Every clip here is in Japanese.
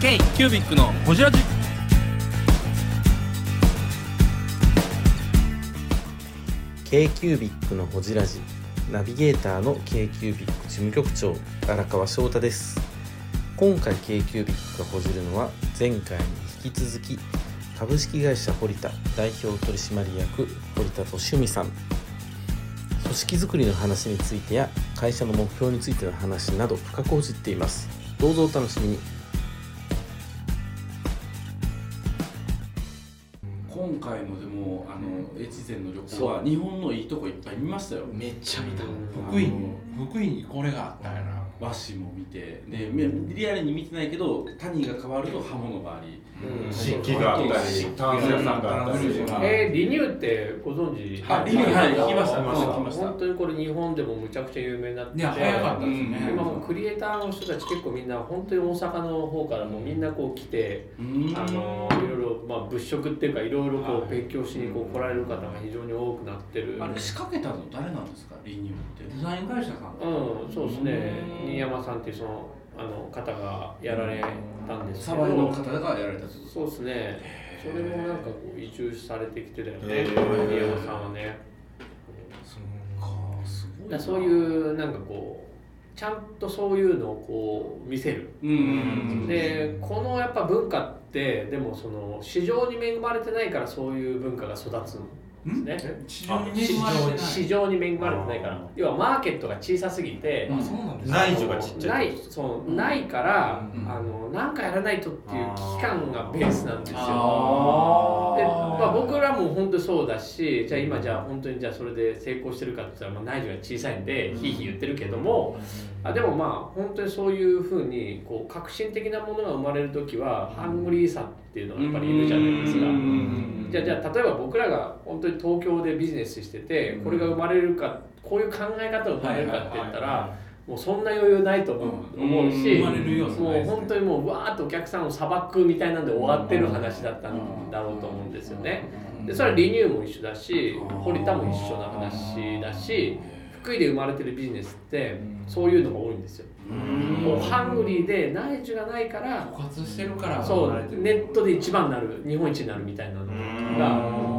K キュービックのホジラジ京急ビックのほじラジナビゲーターの京急ビック事務局長荒川翔太です今回京急ビックがほじるのは前回に引き続き株式会社堀田代表取締役堀田俊美さん組織づくりの話についてや会社の目標についての話など深くほじっていますどうぞお楽しみに今回のでもあの越前の旅行は日本のいいとこいっぱい見ましたよめっちゃ見たん福井に福井にこれがあったんやな和紙も見てでめリアルに見てないけど谷が変わると刃物がありうん漆器があったり漆器タンス屋さんがあったりタンス屋さんえー、リニューってご存知あリニューはい聞きましたあの聞きました聞きました本当にこれ日本でもむちゃくちゃ有名になってていや早かったですね今もうクリエイターの人たち結構みんな本当に大阪の方からもうみんなこう来て、うんあのいろいろ、まあ、物色っていうかいろいろこう勉強しにこう来られる方が非常に多くなってるあれ仕掛けたの誰なんですかリニューってデザイン会社さんうんそうですねうん新山さんっていうそのあの方がやられたんですけサどバイの方がやられたってことそうですねそれもなんかこう移住されてきてたよね、へ新ー山さんはねかすごいなだからそういうなんかこうちゃんとそういうのをこう見せる、うんうんでこのやっぱ文化ってでもその市場に恵まれてないからそういう文化が育つんですね市場に恵市まれてない場市場に恵まれてないかあーら要はマーケットが小さすぎて、あそうなんですか内需がちっちゃいないそうないから、うんあのなんかやらないとっていう危機感がベースなんですよ。あでーまあ、僕らも本当そうだしじゃあ今じゃあ本当にじゃあそれで成功してるかって言ったら、まあ、内需が小さいんでひいひい言ってるけども、あでもまあ本当にそういうふうにこう革新的なものが生まれる時はハングリーさっていうのがやっぱりいるじゃないですか。うんうんうんじゃあじゃあ例えば僕らが本当に東京でビジネスしててこれが生まれるかこういう考え方が生まれるかって言ったらもうそんな余裕ないと思ううん思うし生まれる要素ないもうですね本当にもうわーっとお客さんをさばくみたいなんで終わってる話だったんだろうと思うんですよね。でそれはリニューも一緒だし堀田も一緒な話だし福井で生まれてるビジネスってそういうのが多いんですうよ。んもうハングリーで内需がないから枯渇してるからそうネットで一番になる日本一になるみたいなの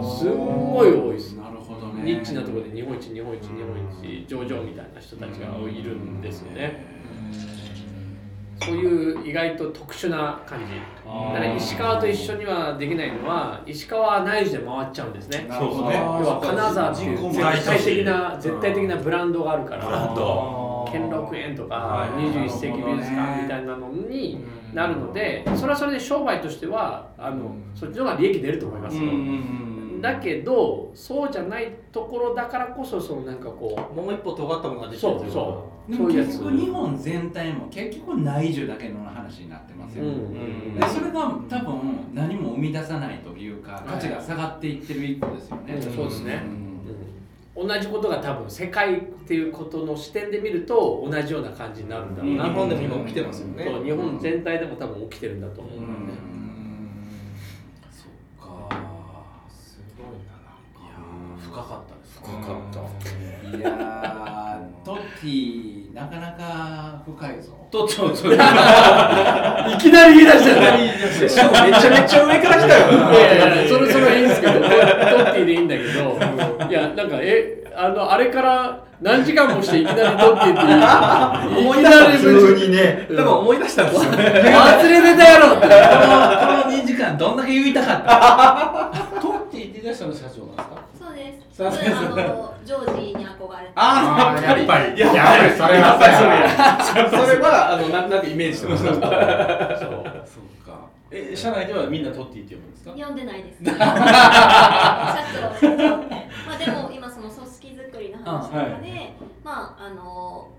がすんごい多いですなるほどねニッチなところで日本一日本一日本一上場みたいな人たちがいるんですよねそういう意外と特殊な感じだから石川と一緒にはできないのは石川は内需で回っちゃうんですねそうですね要は金沢っていう人口も絶大都市対的な絶対的なブランドがあるかブランらド兼六園とかはい21世紀美術館みたいなのになるのでそれはそれで商売としてはあのそっちの方が利益出ると思いますよ、だけどそうじゃないところだからこそそのなんかこもう一歩尖ったものがうできてそるっていううかそうでそもういうや結つ局日本全体も結局内需だけの話になってますうよ、んうねんでそれが多分何も生み出さないというか価値が下がっていってる一個ですよね、うんそうですねんうん同じことが多分世界っていうことの視点で見ると同じような感じになるんだろうな日本でも今起きてますよねそう日本全体でも多分起きてるんだと思う、そっかすごいななんか深かったです深かったいやートッティなかなか深いぞとちょちょいきなり言い出したよねしかもめちゃめちゃ上から来たよいやいやいやそれそれはいいんですけどトッティでいいんだけどいやなんかえあのあれから何時間もしていきなりトッティって言ういきなり普通にね多分思い出したんですよ ね忘れてたやろってこのこの2時間どんだけ言いたかったトッティって言い出したの社長なんですかそうです。そうですあのジョージに憧れて。あやっぱりやっぱりそれはそれはあのなんとなくイメージしてましたそうそうかえ社内ではみんなトッティって呼ぶんですか読んでない です。社長。まあでも今その組織づくりの話とかで、まああの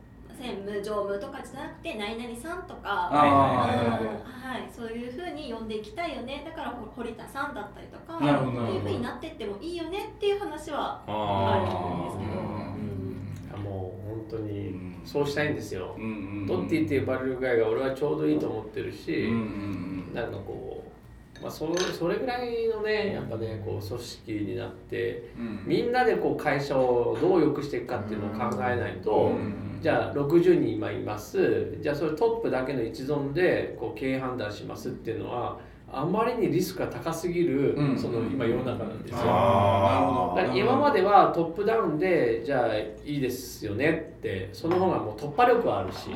専務常務とかじゃなくて何々さんとか。あうんーはい、そういうふうに呼んでいきたいよねだからほ堀田さんだったりとかなるほどなるほこういどうふうになってってもいいよねっていう話はあるんですけどうんもう本当にそうしたいんですよう、んうんトッティっていうバリューガイが俺はちょうどいいと思ってるし、うんうんうんなんかこうまあ、そそれぐらいのねやっぱねこう組織になってうんみんなでこう会社をどう良くしていくかっていうのを考えないと、じゃあ60人今いますじゃあそれトップだけの一存でこう経営判断しますっていうのはあまりにリスクが高すぎる、うんその今世の中なんですよ。あーだから今まではトップダウンでじゃあいいですよねってその方がもう突破力はあるし、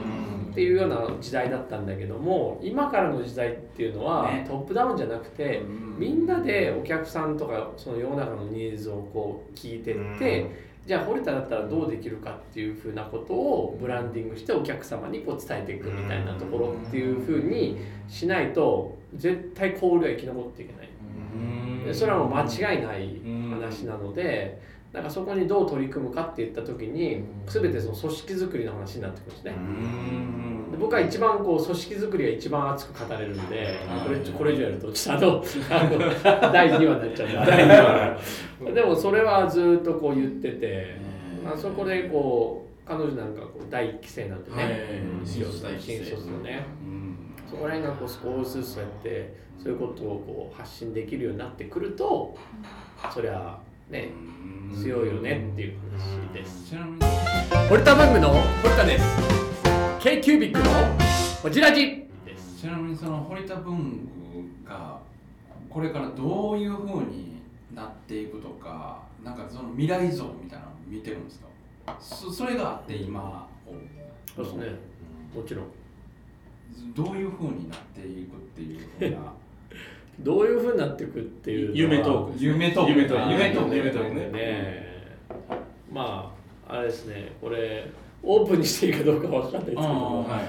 っていうような時代だったんだけども今からの時代っていうのは、ねトップダウンじゃなくてみんなでお客さんとかその世の中のニーズをこう聞いてって、じゃあ堀田だったらどうできるかっていうふうなことをブランディングしてお客様にこう伝えていくみたいなところっていうふうにしないと絶対交流は生き残っていけない。でそれはもう間違いない話なので、なんかそこにどう取り組むかっていった時に全てその組織づくりの話になってくるんですね。で僕は一番こう組織づくりが一番熱く語れるんでこれこれ以上やるとちょっ とあのあの第2話になっちゃうんで第2話で もそれはずっとこう言ってて、あそこでこう彼女なんかこう第1期生なんでね、新卒大新卒のねうんそこら辺がこう少しずつそうやってそういうことをこう発信できるようになってくるとそりゃね強いよねっていう話ですちなみに堀田文具の堀田です k キュービックのこちらじですちなみにその堀田文具がこれからどういうふうになっていくとかなんかその未来像みたいなの見てるんですかそそれがあって今そうですねもちろんどういうふうになっていくっていうふう などういうふうになっていくっていうのは夢トークですね夢トーク夢トーク夢トーク夢トークねねまああれですねこれオープンにしていいかどうかわかんないですけども、はい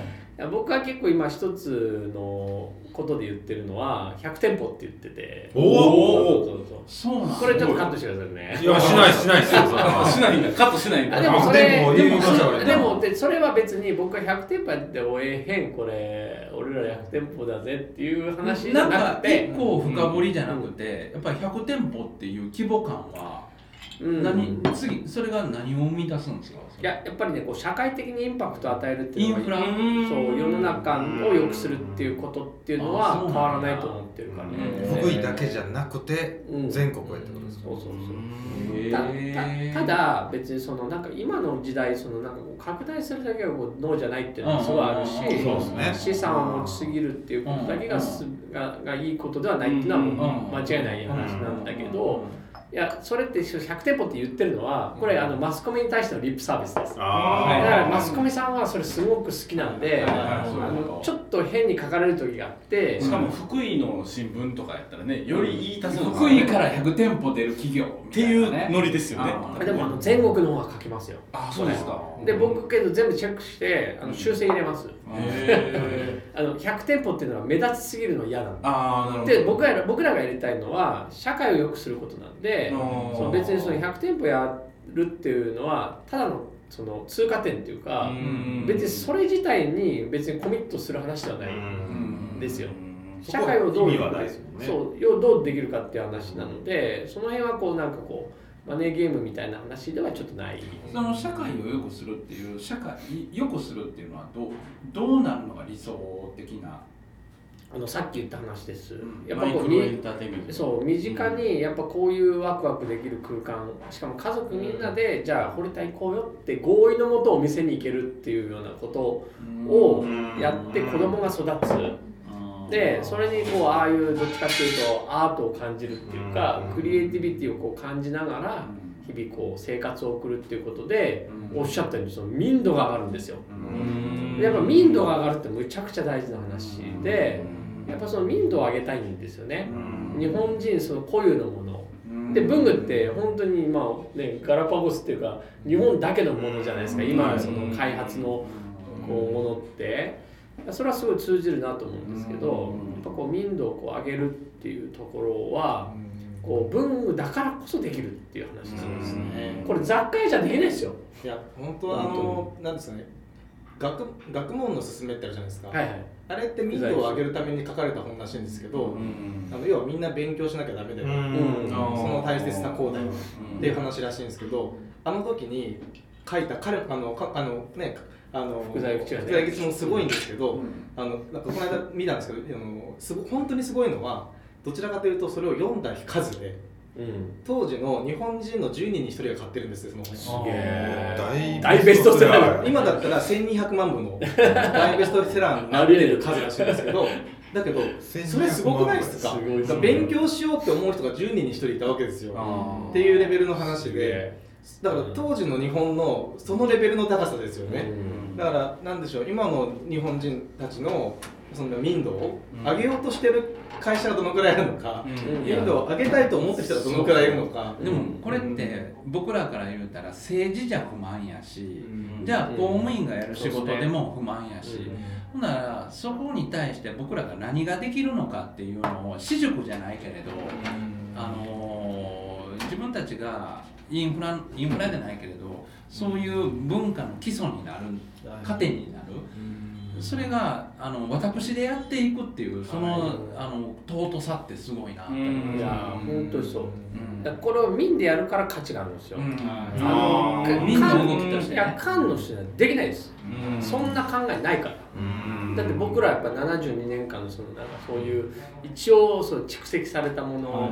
や僕は結構今一つのことで言ってるのは100店舗って言ってておおそうそうそうそうなんそうこれちょっとカットしてくださいねいやしないしないですよそれはあしないんだカットしないんだあでもそ100店れ舗で言いもましたそ俺でもでそれは別に僕は100店舗やっておえへんこれ俺ら100店舗だぜっていう話じゃななくんかて一個深掘りじゃなくて、やっぱり100店舗っていう規模感はうん何、次それが何を生み出すんですかいややっぱりねこう社会的にインパクトを与えるっていうのイがンフラそう世の中を良くするっていうことっていうのあはそうなん変だわらないと思ってるからねうん福井だけじゃなくてうん全国へってことですかそうそうそうへたーたただ別にそのなんか今の時代そのなんかこう拡大するだけがこう脳じゃないっていうのはすごいあるし、うんそうですね資産を持ちすぎるっていうことだけがす、ががいいことではないっていうのはもう間違いない話なんだけど、いやそれって100店舗って言ってるのはこれあのマスコミに対してのリップサービスですだかあらマスコミさんはそれすごく好きなんはいで、はいあはいのちょっと変に書かれる時があって、しかも福井の新聞とかやったらねより言いたせの福井から100店舗出る企業っっていうノリですよねあーでもあの全国の方が書きますよあそうですかで僕けど全部チェックしてあの修正入れます、へえあの100店舗っていうのは目立ちすぎるの嫌なんああなるほどで僕ら僕らがやりたいのは社会を良くすることなんでその別にその100店舗やるっていうのはただのその通過点っていうか、別にそれ自体に別にコミットする話ではない、うんですよそ社こは会をどう意味はないですもんねそうよどうできるかっていう話なので、その辺はこうなんかこうマネーゲームみたいな話ではちょっとないその社会を良くするっていう社会良くするっていうのはどうどうなるのが理想的なあのさっき言った話です、うんやっぱマイこうクロエみンターテインメントそう身近にやっぱこういうワクワクできる空間しかも家族みんなで、じゃあ堀田行こうよって合意のもとお店に行けるっていうようなことをやって子供が育つ、でそれにこうああいうどっちかっていうとアートを感じるっていうか、クリエイティビティをこう感じながら日々こう生活を送るっていうことで、おっしゃったようにその民度が上がるんですよ、でやっぱ民度が上がるってむちゃくちゃ大事な話で、やっぱその民度を上げたいんですよね、日本人その固有のもので文具って本当にまあねガラパゴスっていうか日本だけのものじゃないですか今のその開発のこうものってそれはすごい通じるなと思うんですけどやっぱこう民度をこう上げるっていうところはこう文具だからこそできるっていう話なんですねこれ雑貨屋じゃできないですよいや本当はあのなんですかね学学問の勧めってあるじゃないですか、はいはいあれって民度を上げるために書かれた本らしいんですけど、あの要はみんな勉強しなきゃダメだよ、うんその大切さこうだよっていう話らしいんですけどあの時に書いた彼あのかあのねあの福沢諭吉がね福沢諭吉もすごいんですけど、あのなんかこの間見たんですけどあのすご本当にすごいのはどちらかというとそれを読んだ数でうん、当時の日本人の10人に1人が買ってるんですよそのすげ本え大大ベストセラー今だったら1200万部の大ベストセラーになってる数らしいんですけどだけどそれすごくないですすかごいだから勉強しようって思う人が10人に1人いたわけですよあっていうレベルの話すげでえだから当時の日本のそのレベルの高さですよね、だからなんでしょう今の日本人たちのその民度を上げようとしてる会社はどのくらいあるのか、うん民度を上げたいと思ってる人はどのくらいいるのか、でもこれって僕らから言うたら政治じゃ不満やし、じゃあ公務員がやる仕事でも不満やし、ほんならそこに対して僕らが何ができるのかっていうのを私塾じゃないけれど、あのー自分たちがインフラインフラじゃないけれどそういう文化の基礎になる糧になる。それがあの私でやっていくっていうその,、はいあの尊さってすごいなって思いやー本当にそうだからこれを民でやるから価値があるんですよ、うんああのーか民の動きとしてねいや官の人はできないです、そんな考えないからだって僕らやっぱ72年間のそのなんかそういう一応その蓄積されたもの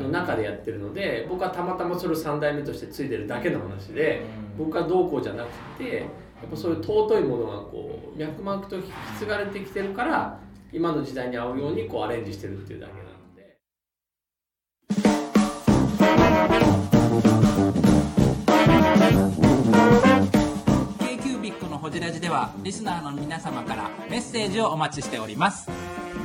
の中でやってるので僕はたまたまそれを3代目として継いでるだけの話で僕はどうこうじゃなくてやっぱそういう尊いものがこう脈々と引き継がれてきてるから今の時代に合うようにこうアレンジしてるっていうだけなので。 k q b i c のホジラジではリスナーの皆様からメッセージをお待ちしております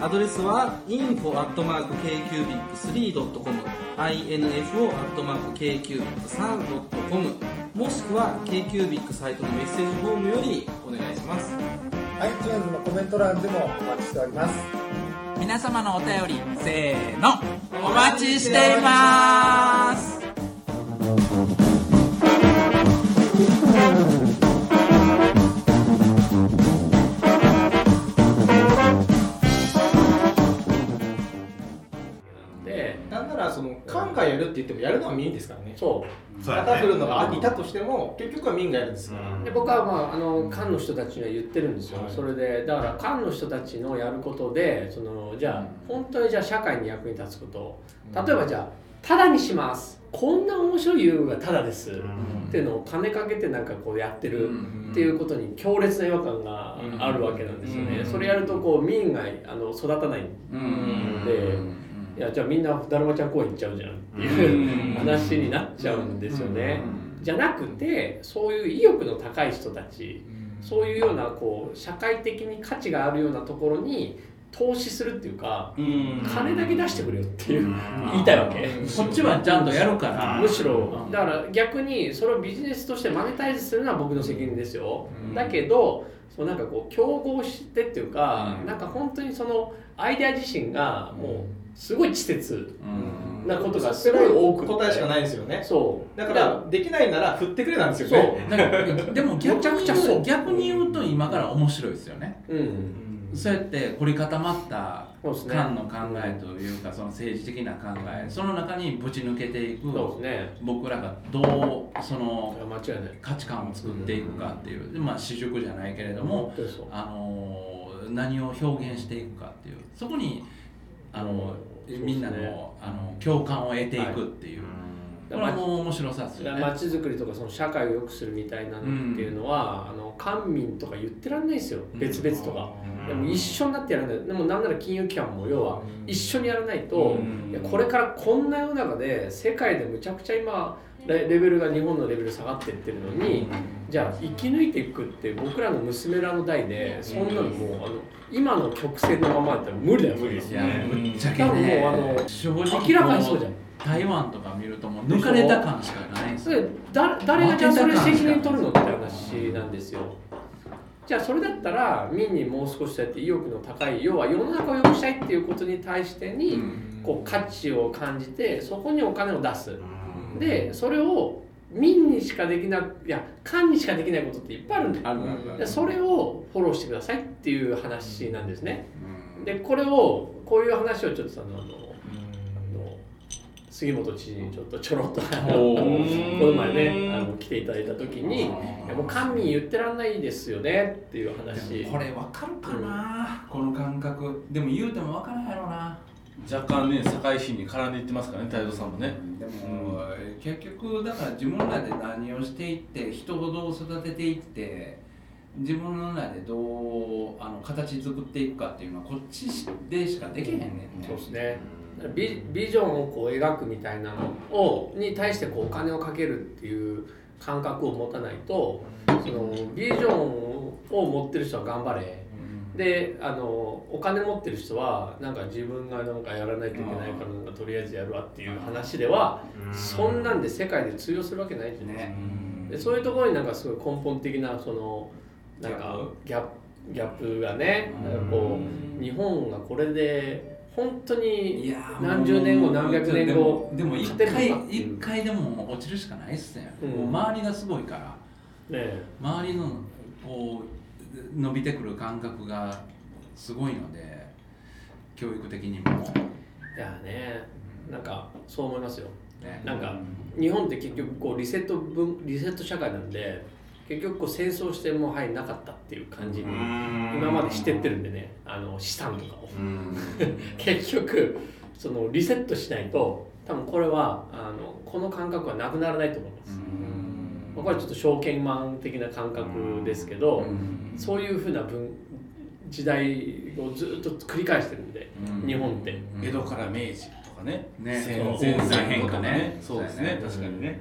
アドレスは info.kcubic3.com info.kcubic3.com もしくは KQBIC サイトのメッセージフォームよりお願いします皆様のお便りせーのお待ちしていますでなんならその官がやるって言ってもやるのは民ですからねそそうやね旗振るのがいたとしても結局は民がやるんですから、うで僕は、まあ、あの官の人たちには言ってるんですよ、はいそれでだから官の人たちのやることでそのじゃあ本当にじゃあ社会に役に立つこと例えばじゃあただにしますこんな面白い遊具がただです、っていうのを金かけてなんかこうやってるっていうことに強烈な違和感があるわけなんですよね、うんそれやるとこう民があの育たないいうんでやじゃあみんなだるまちゃん公園行っちゃうじゃんっていううん話になっちゃうんですよね、じゃなくてそういう意欲の高い人たちそういうようなこう社会的に価値があるようなところに投資するっていうか金だけ出してくれよっていう言いたいわけこっちはちゃんとやるからむしろだから逆にそれをビジネスとしてマネタイズするのは僕の責任ですよ、うんだけどそうなんかこう競合してっていうか、うんなんか本当にそのアイデア自身がもうすごい稚拙なことがすごい多くて答えしかないですよねそうだからできないなら振ってくれなんですよそねうだからでも逆めちゃくにちゃそ言うう逆に言うと今から面白いですよねうんそうやって凝り固まったそうですね官の考えというかその政治的な考えその中にぶち抜けていくそうですね僕らがどうその間違いない価値観を作っていくかっていうでまあ私塾じゃないけれども本当にそうあのー何を表現していくかっていうそこにあのうんみんなそうですのあの共感を得ていくっていう、これはもう面白さですよね。まちづくりとかその社会を良くするみたいなのっていうのは、あの官民とか言ってらんないですようん別々とか、でも一緒になってやらないでもなんなら金融機関も要は一緒にやらないと、うんいやこれからこんな世の中で世界でむちゃくちゃ今レレベルが日本のレベル下がってってるのにじゃあ生き抜いていくって僕らの娘らの代でそんなのもうあの今の曲線のままだったら無理だよ無理いやぶっちゃけ多分ねもうあの正直明らかにそうじゃん台湾とか見るともう抜かれた感しかないんですそよれだ誰がじゃあそれ責任取るのって話なんですよじゃあそれだったら民にもう少しそうやって意欲の高い要は世の中を良くしたいっていうことに対してに、こう価値を感じてそこにお金を出すでそれを民にしかできないや官にしかできないことっていっぱいあるんだよあるあるあでるそれをフォローしてくださいっていう話なんですねでこれをこういう話をちょっとあのあのあの杉本知事にちょっとちょろっとあのこの前ねあの来ていただいた時に「いやもう官民言ってらんないですよね」っていう話でもこれわかるかな、この感覚でも言うてもわからんやろな若干ね堺市に絡んでいってますからね太蔵さんもね、でも、結局だから自分らで何をしていって人をどう育てていって自分らでどうあの形作っていくかっていうのはこっちでしかできへんねんねそうですねビビジョンをこう描くみたいなのをに対してこうお金をかけるっていう感覚を持たないとそのビジョンを持ってる人は頑張れであのお金持ってる人はなんか自分がなんかやらないといけないからなんかとりあえずやるわっていう話ではそんなんで世界で通用するわけないじゃないですか。でそういうところになんかすごい根本的なそのなんかギャップギャップがねなんかこう日本がこれで本当に何十年後何百年後でも一勝てる回のかってい一う回でも落ちるしかないっすね、うんもう周りがすごいからね周りのこう伸びてくる感覚がすごいので教育的にもいやねなんかそう思いますよねなんか日本って結局こうリセット文リセット社会なんで結局こう戦争してもうはいなかったっていう感じに今までしてってるんでねあの資産とかを結局そのリセットしないと多分これはあのこの感覚はなくならないと思います。まあこれはちょっと証券マン的な感覚ですけどそういうふうな文時代をずっと繰り返してるんで日本って。江戸から明治とかねね戦そう前大戦変変化化ねねそうですねそう確かにね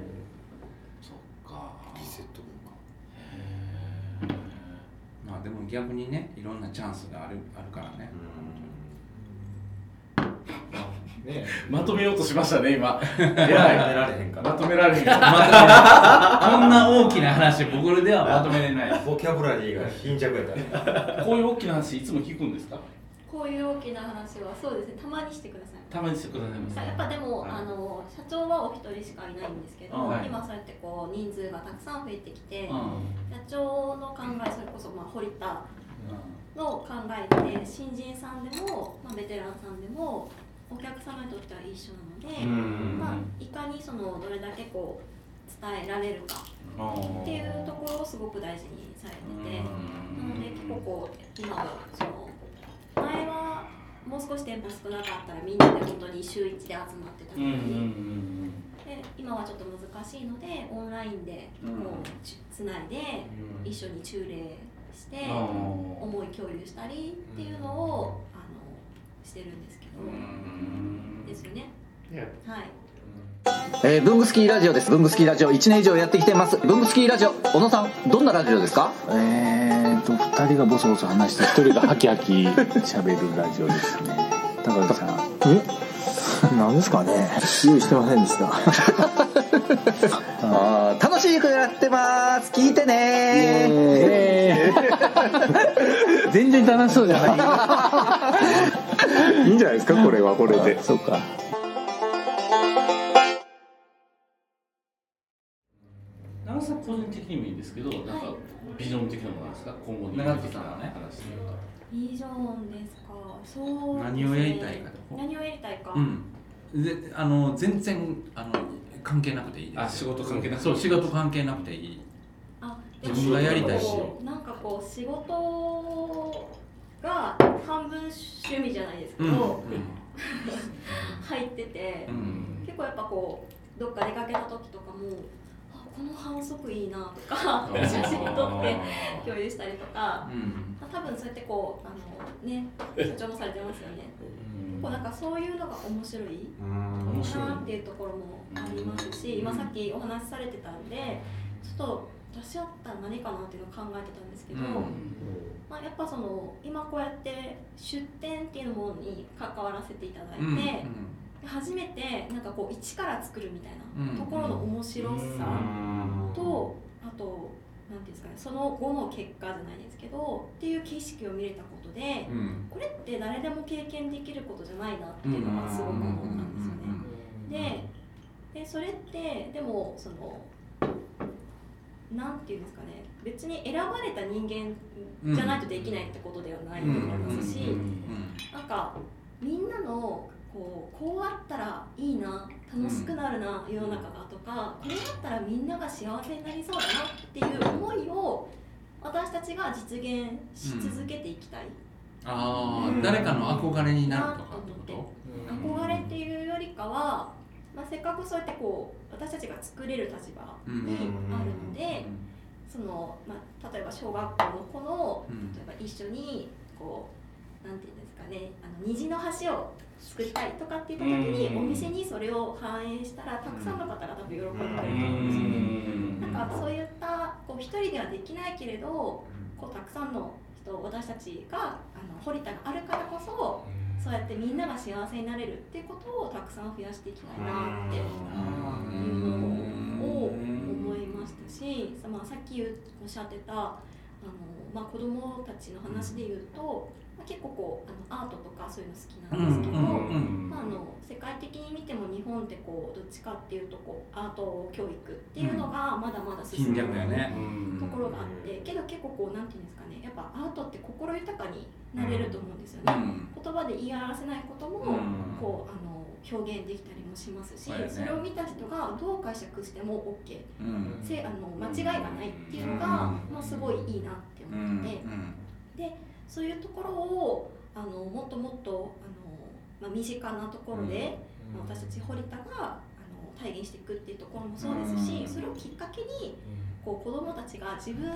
リセット文まあでも逆にねいろんなチャンスがあるあるからねねまとめようとしましたね今え化らいられへんかまなとめられへんか まとめれないこんな大きな話僕ではまとめれないボキャブラリーが貧弱やったねこういう大きな話いつも聞くんですかこういう大きな話はそうですねたまにしてくださいたまにしてくださいますさやっぱでも、はいあの社長はお一人しかいないんですけど、はい今そうやってこう人数がたくさん増えてきて、うん社長の考えそれこそ、まあ、堀田の考えで新人さんでも、まあ、ベテランさんでもお客様にとっては一緒なので、うんまあ、いかにそのどれだけこう伝えられるかっていうところをすごく大事にされてうてんなので結構こう今はその前はもう少し店舗少なかったらみんなで本当に週1で集まってたのうんうんうんに、で今はちょっと難しいのでオンラインでこうんうちつないでうん一緒に中礼してあー思い共有したりっていうのをあのしてるんですけどですよね。はいえー、ブングスキーラジオです。ブングスキーラジオ1年以上やってきてます。ブングスキーラジオ、小野さん、どんなラジオですかえーと、2人がボソボソ話して、1人がハキハ キ喋るラジオですね。高橋さん。えなんですかね用意してませんでした。 あー楽しい曲やってます。聞いてね 全然楽しそうじゃ ない。いいんじゃないですか、これはこれで。そうか。長さん個人的にもいいんですけどなんかビジョン的なものなんですか今後に長瀬さんはね話してるとビジョンですか。そうですね、何をやりたいかと何をやりたいか。うんであの全然あの関係なくていいですあ仕事関係なくてそう仕事関係なくていいあでも自分がやりたいしなんかこう仕事が半分趣味じゃないですけうど、ん入ってて、うん結構やっぱこうどっか出かけた時とかもあこの反則いいなとかー写真撮って共有したりとか、うんまあ多分そうやってこうあのね社長もされてますよね。結構なんかそういうのが面白いなっていうところもありますし、今さっきお話しされてたんでちょっと私だったら何かなっていうのを考えてたんですけど、まあ、やっぱその今こうやって出店っていうものに関わらせていただいて、うんうんで初めてなんかこう一から作るみたいうんなところの面白さと、あとなんていうんですかねその後の結果じゃないですけどっていう景色を見れたことで、うんこれって誰でも経験できることじゃないなっていうのがすごく思ったんですよね。ででそれってでもそのなんていうんですかね別に選ばれた人間じゃないとできないってことではないと思いますしなんかみんなのこうこうあったらいいな楽しくなるな、世の中がとかこれだったらみんなが幸せになりそうだなっていう思いを私たちが実現し続けていきたいっああ誰かの憧れになるとかってこ憧れっていうよりかは、まあ、せっかくそうやってこう私たちが作れる立場うんうんにあるので、そのまあ、例えば小学校の子の、うん例えば一緒にこうなんていうんですかねあの虹の橋を作りたいとかっていう時に、うんお店にそれを反映したらたくさんの方が多分喜んでくれると思うんですよね。なんかそういったこう一人ではできないけれどこうたくさんの人私たちがあの堀田があるからこそそうやってみんなが幸せになれるっていうことをたくさん増やしていきたいなっていうのを思いましたし、さまあ、さっき言うおっしゃってたあの、まあ、子どもたちの話で言うと、まあ、結構こうあのアートとかそういうの好きなんですけど。うんうんうんまあ、あの世界的に見ても日本ってこうどっちかっていうとこうアート教育っていうのがまだまだ進んでる貧弱やねうんところがあってけど結構こうなんていうんですかねやっぱアートって心豊かになれると思うんですよね、うん言葉で言い表せないこともうんこうあの表現できたりもしますし、そうやねそれを見た人がどう解釈しても OK、うんせあの間違いがないっていうのが、まあ、すごいいいなって思ってて。でそういうところをあのもっともっとあの、まあ、身近なところで、まあ私たち堀田があの体現していくっていうところもそうですし、うんそれをきっかけにこう子どもたちが自分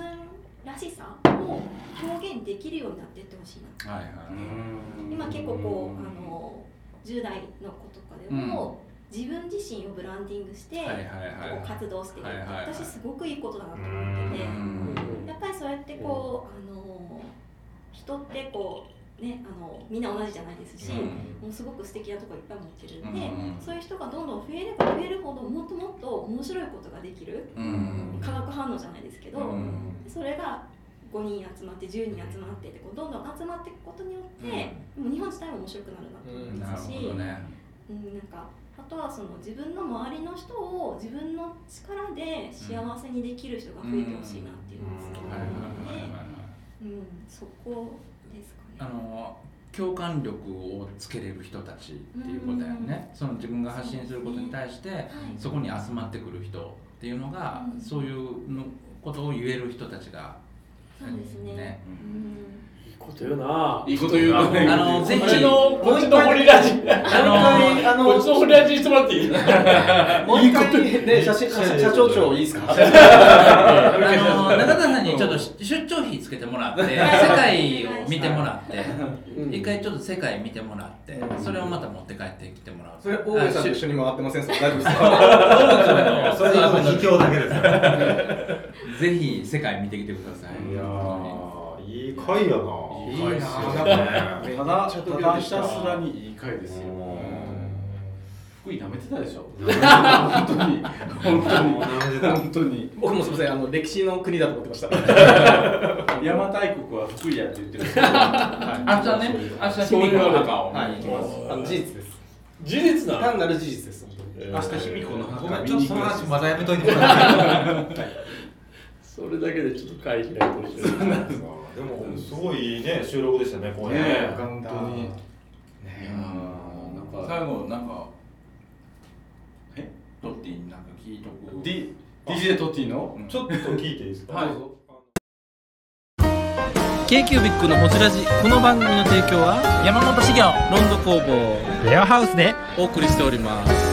らしさを表現できるようになっていってほしいなとはいはい今結構こうあの10代の子とかでも、自分自身をブランディングして、はいはいはいこう活動していくって、はいはいはい私すごくいいことだなと思ってて、やっぱりそうやってこう、あの人ってこうねあのみんな同じじゃないですし、うんもうすごく素敵なとこいっぱい持ってるんうで、んそういう人がどんどん増えれば増えるほどもっともっと面白いことができる、うん化学反応じゃないですけど、うんそれが5人集まって10人集まってってこうどんどん集まっていくことによって、もう日本自体も面白くなるなと思いなまるすし、ほどねうん、なんかあとはその自分の周りの人を自分の力で幸せにできる人が増えてほしいなっていうのがすごく思うので、うん、そこですかね。あの共感力をつけれる人たちっていうことやね、その自分が発信することに対して、そこに集まってくる人っていうのが、うんそういうのことを言える人たちがそうですね。ね、いいこと言うな。いいこと言うなあのぜひこっちのこっちのホリラジ。あのこっちのホリラジしてもらっていい？もう一回ね写真写社長長いいですかあの中田さんにちょっとし出張費つけてもらって世界を見てもらって一回ちょっと世界見てもらってそれをまた持って帰ってきてもらうそれ大上さんと一緒に回ってません大丈夫ですあかそうそうそうす ぜひ世界見てきてくださいいやいい回やないい回っすよねただちょったとだひたすらにいい回ですよ福井舐めてたでしょ本当に本当に本当に僕もすみませんあの歴史の国だと思ってました邪馬台国は福井やって言ってるんですけど、ははいいそういうの中を見に行きます、はいあの事実です事実な単なる事実です本当に明日卑弥呼の墓ごめん見に行くんですまだやめといてもらってそれだけでちょっと会議開いてほしいです。でもすごいね収録でしたね今夜ねえ本当に最後なんかえトッティなんか聞いとく D DJ トッティの、ちょっと聞いていいですかはい k q b i c のホジラジこの番組の提供は山本資源ロンド工房レアハウスでお送りしております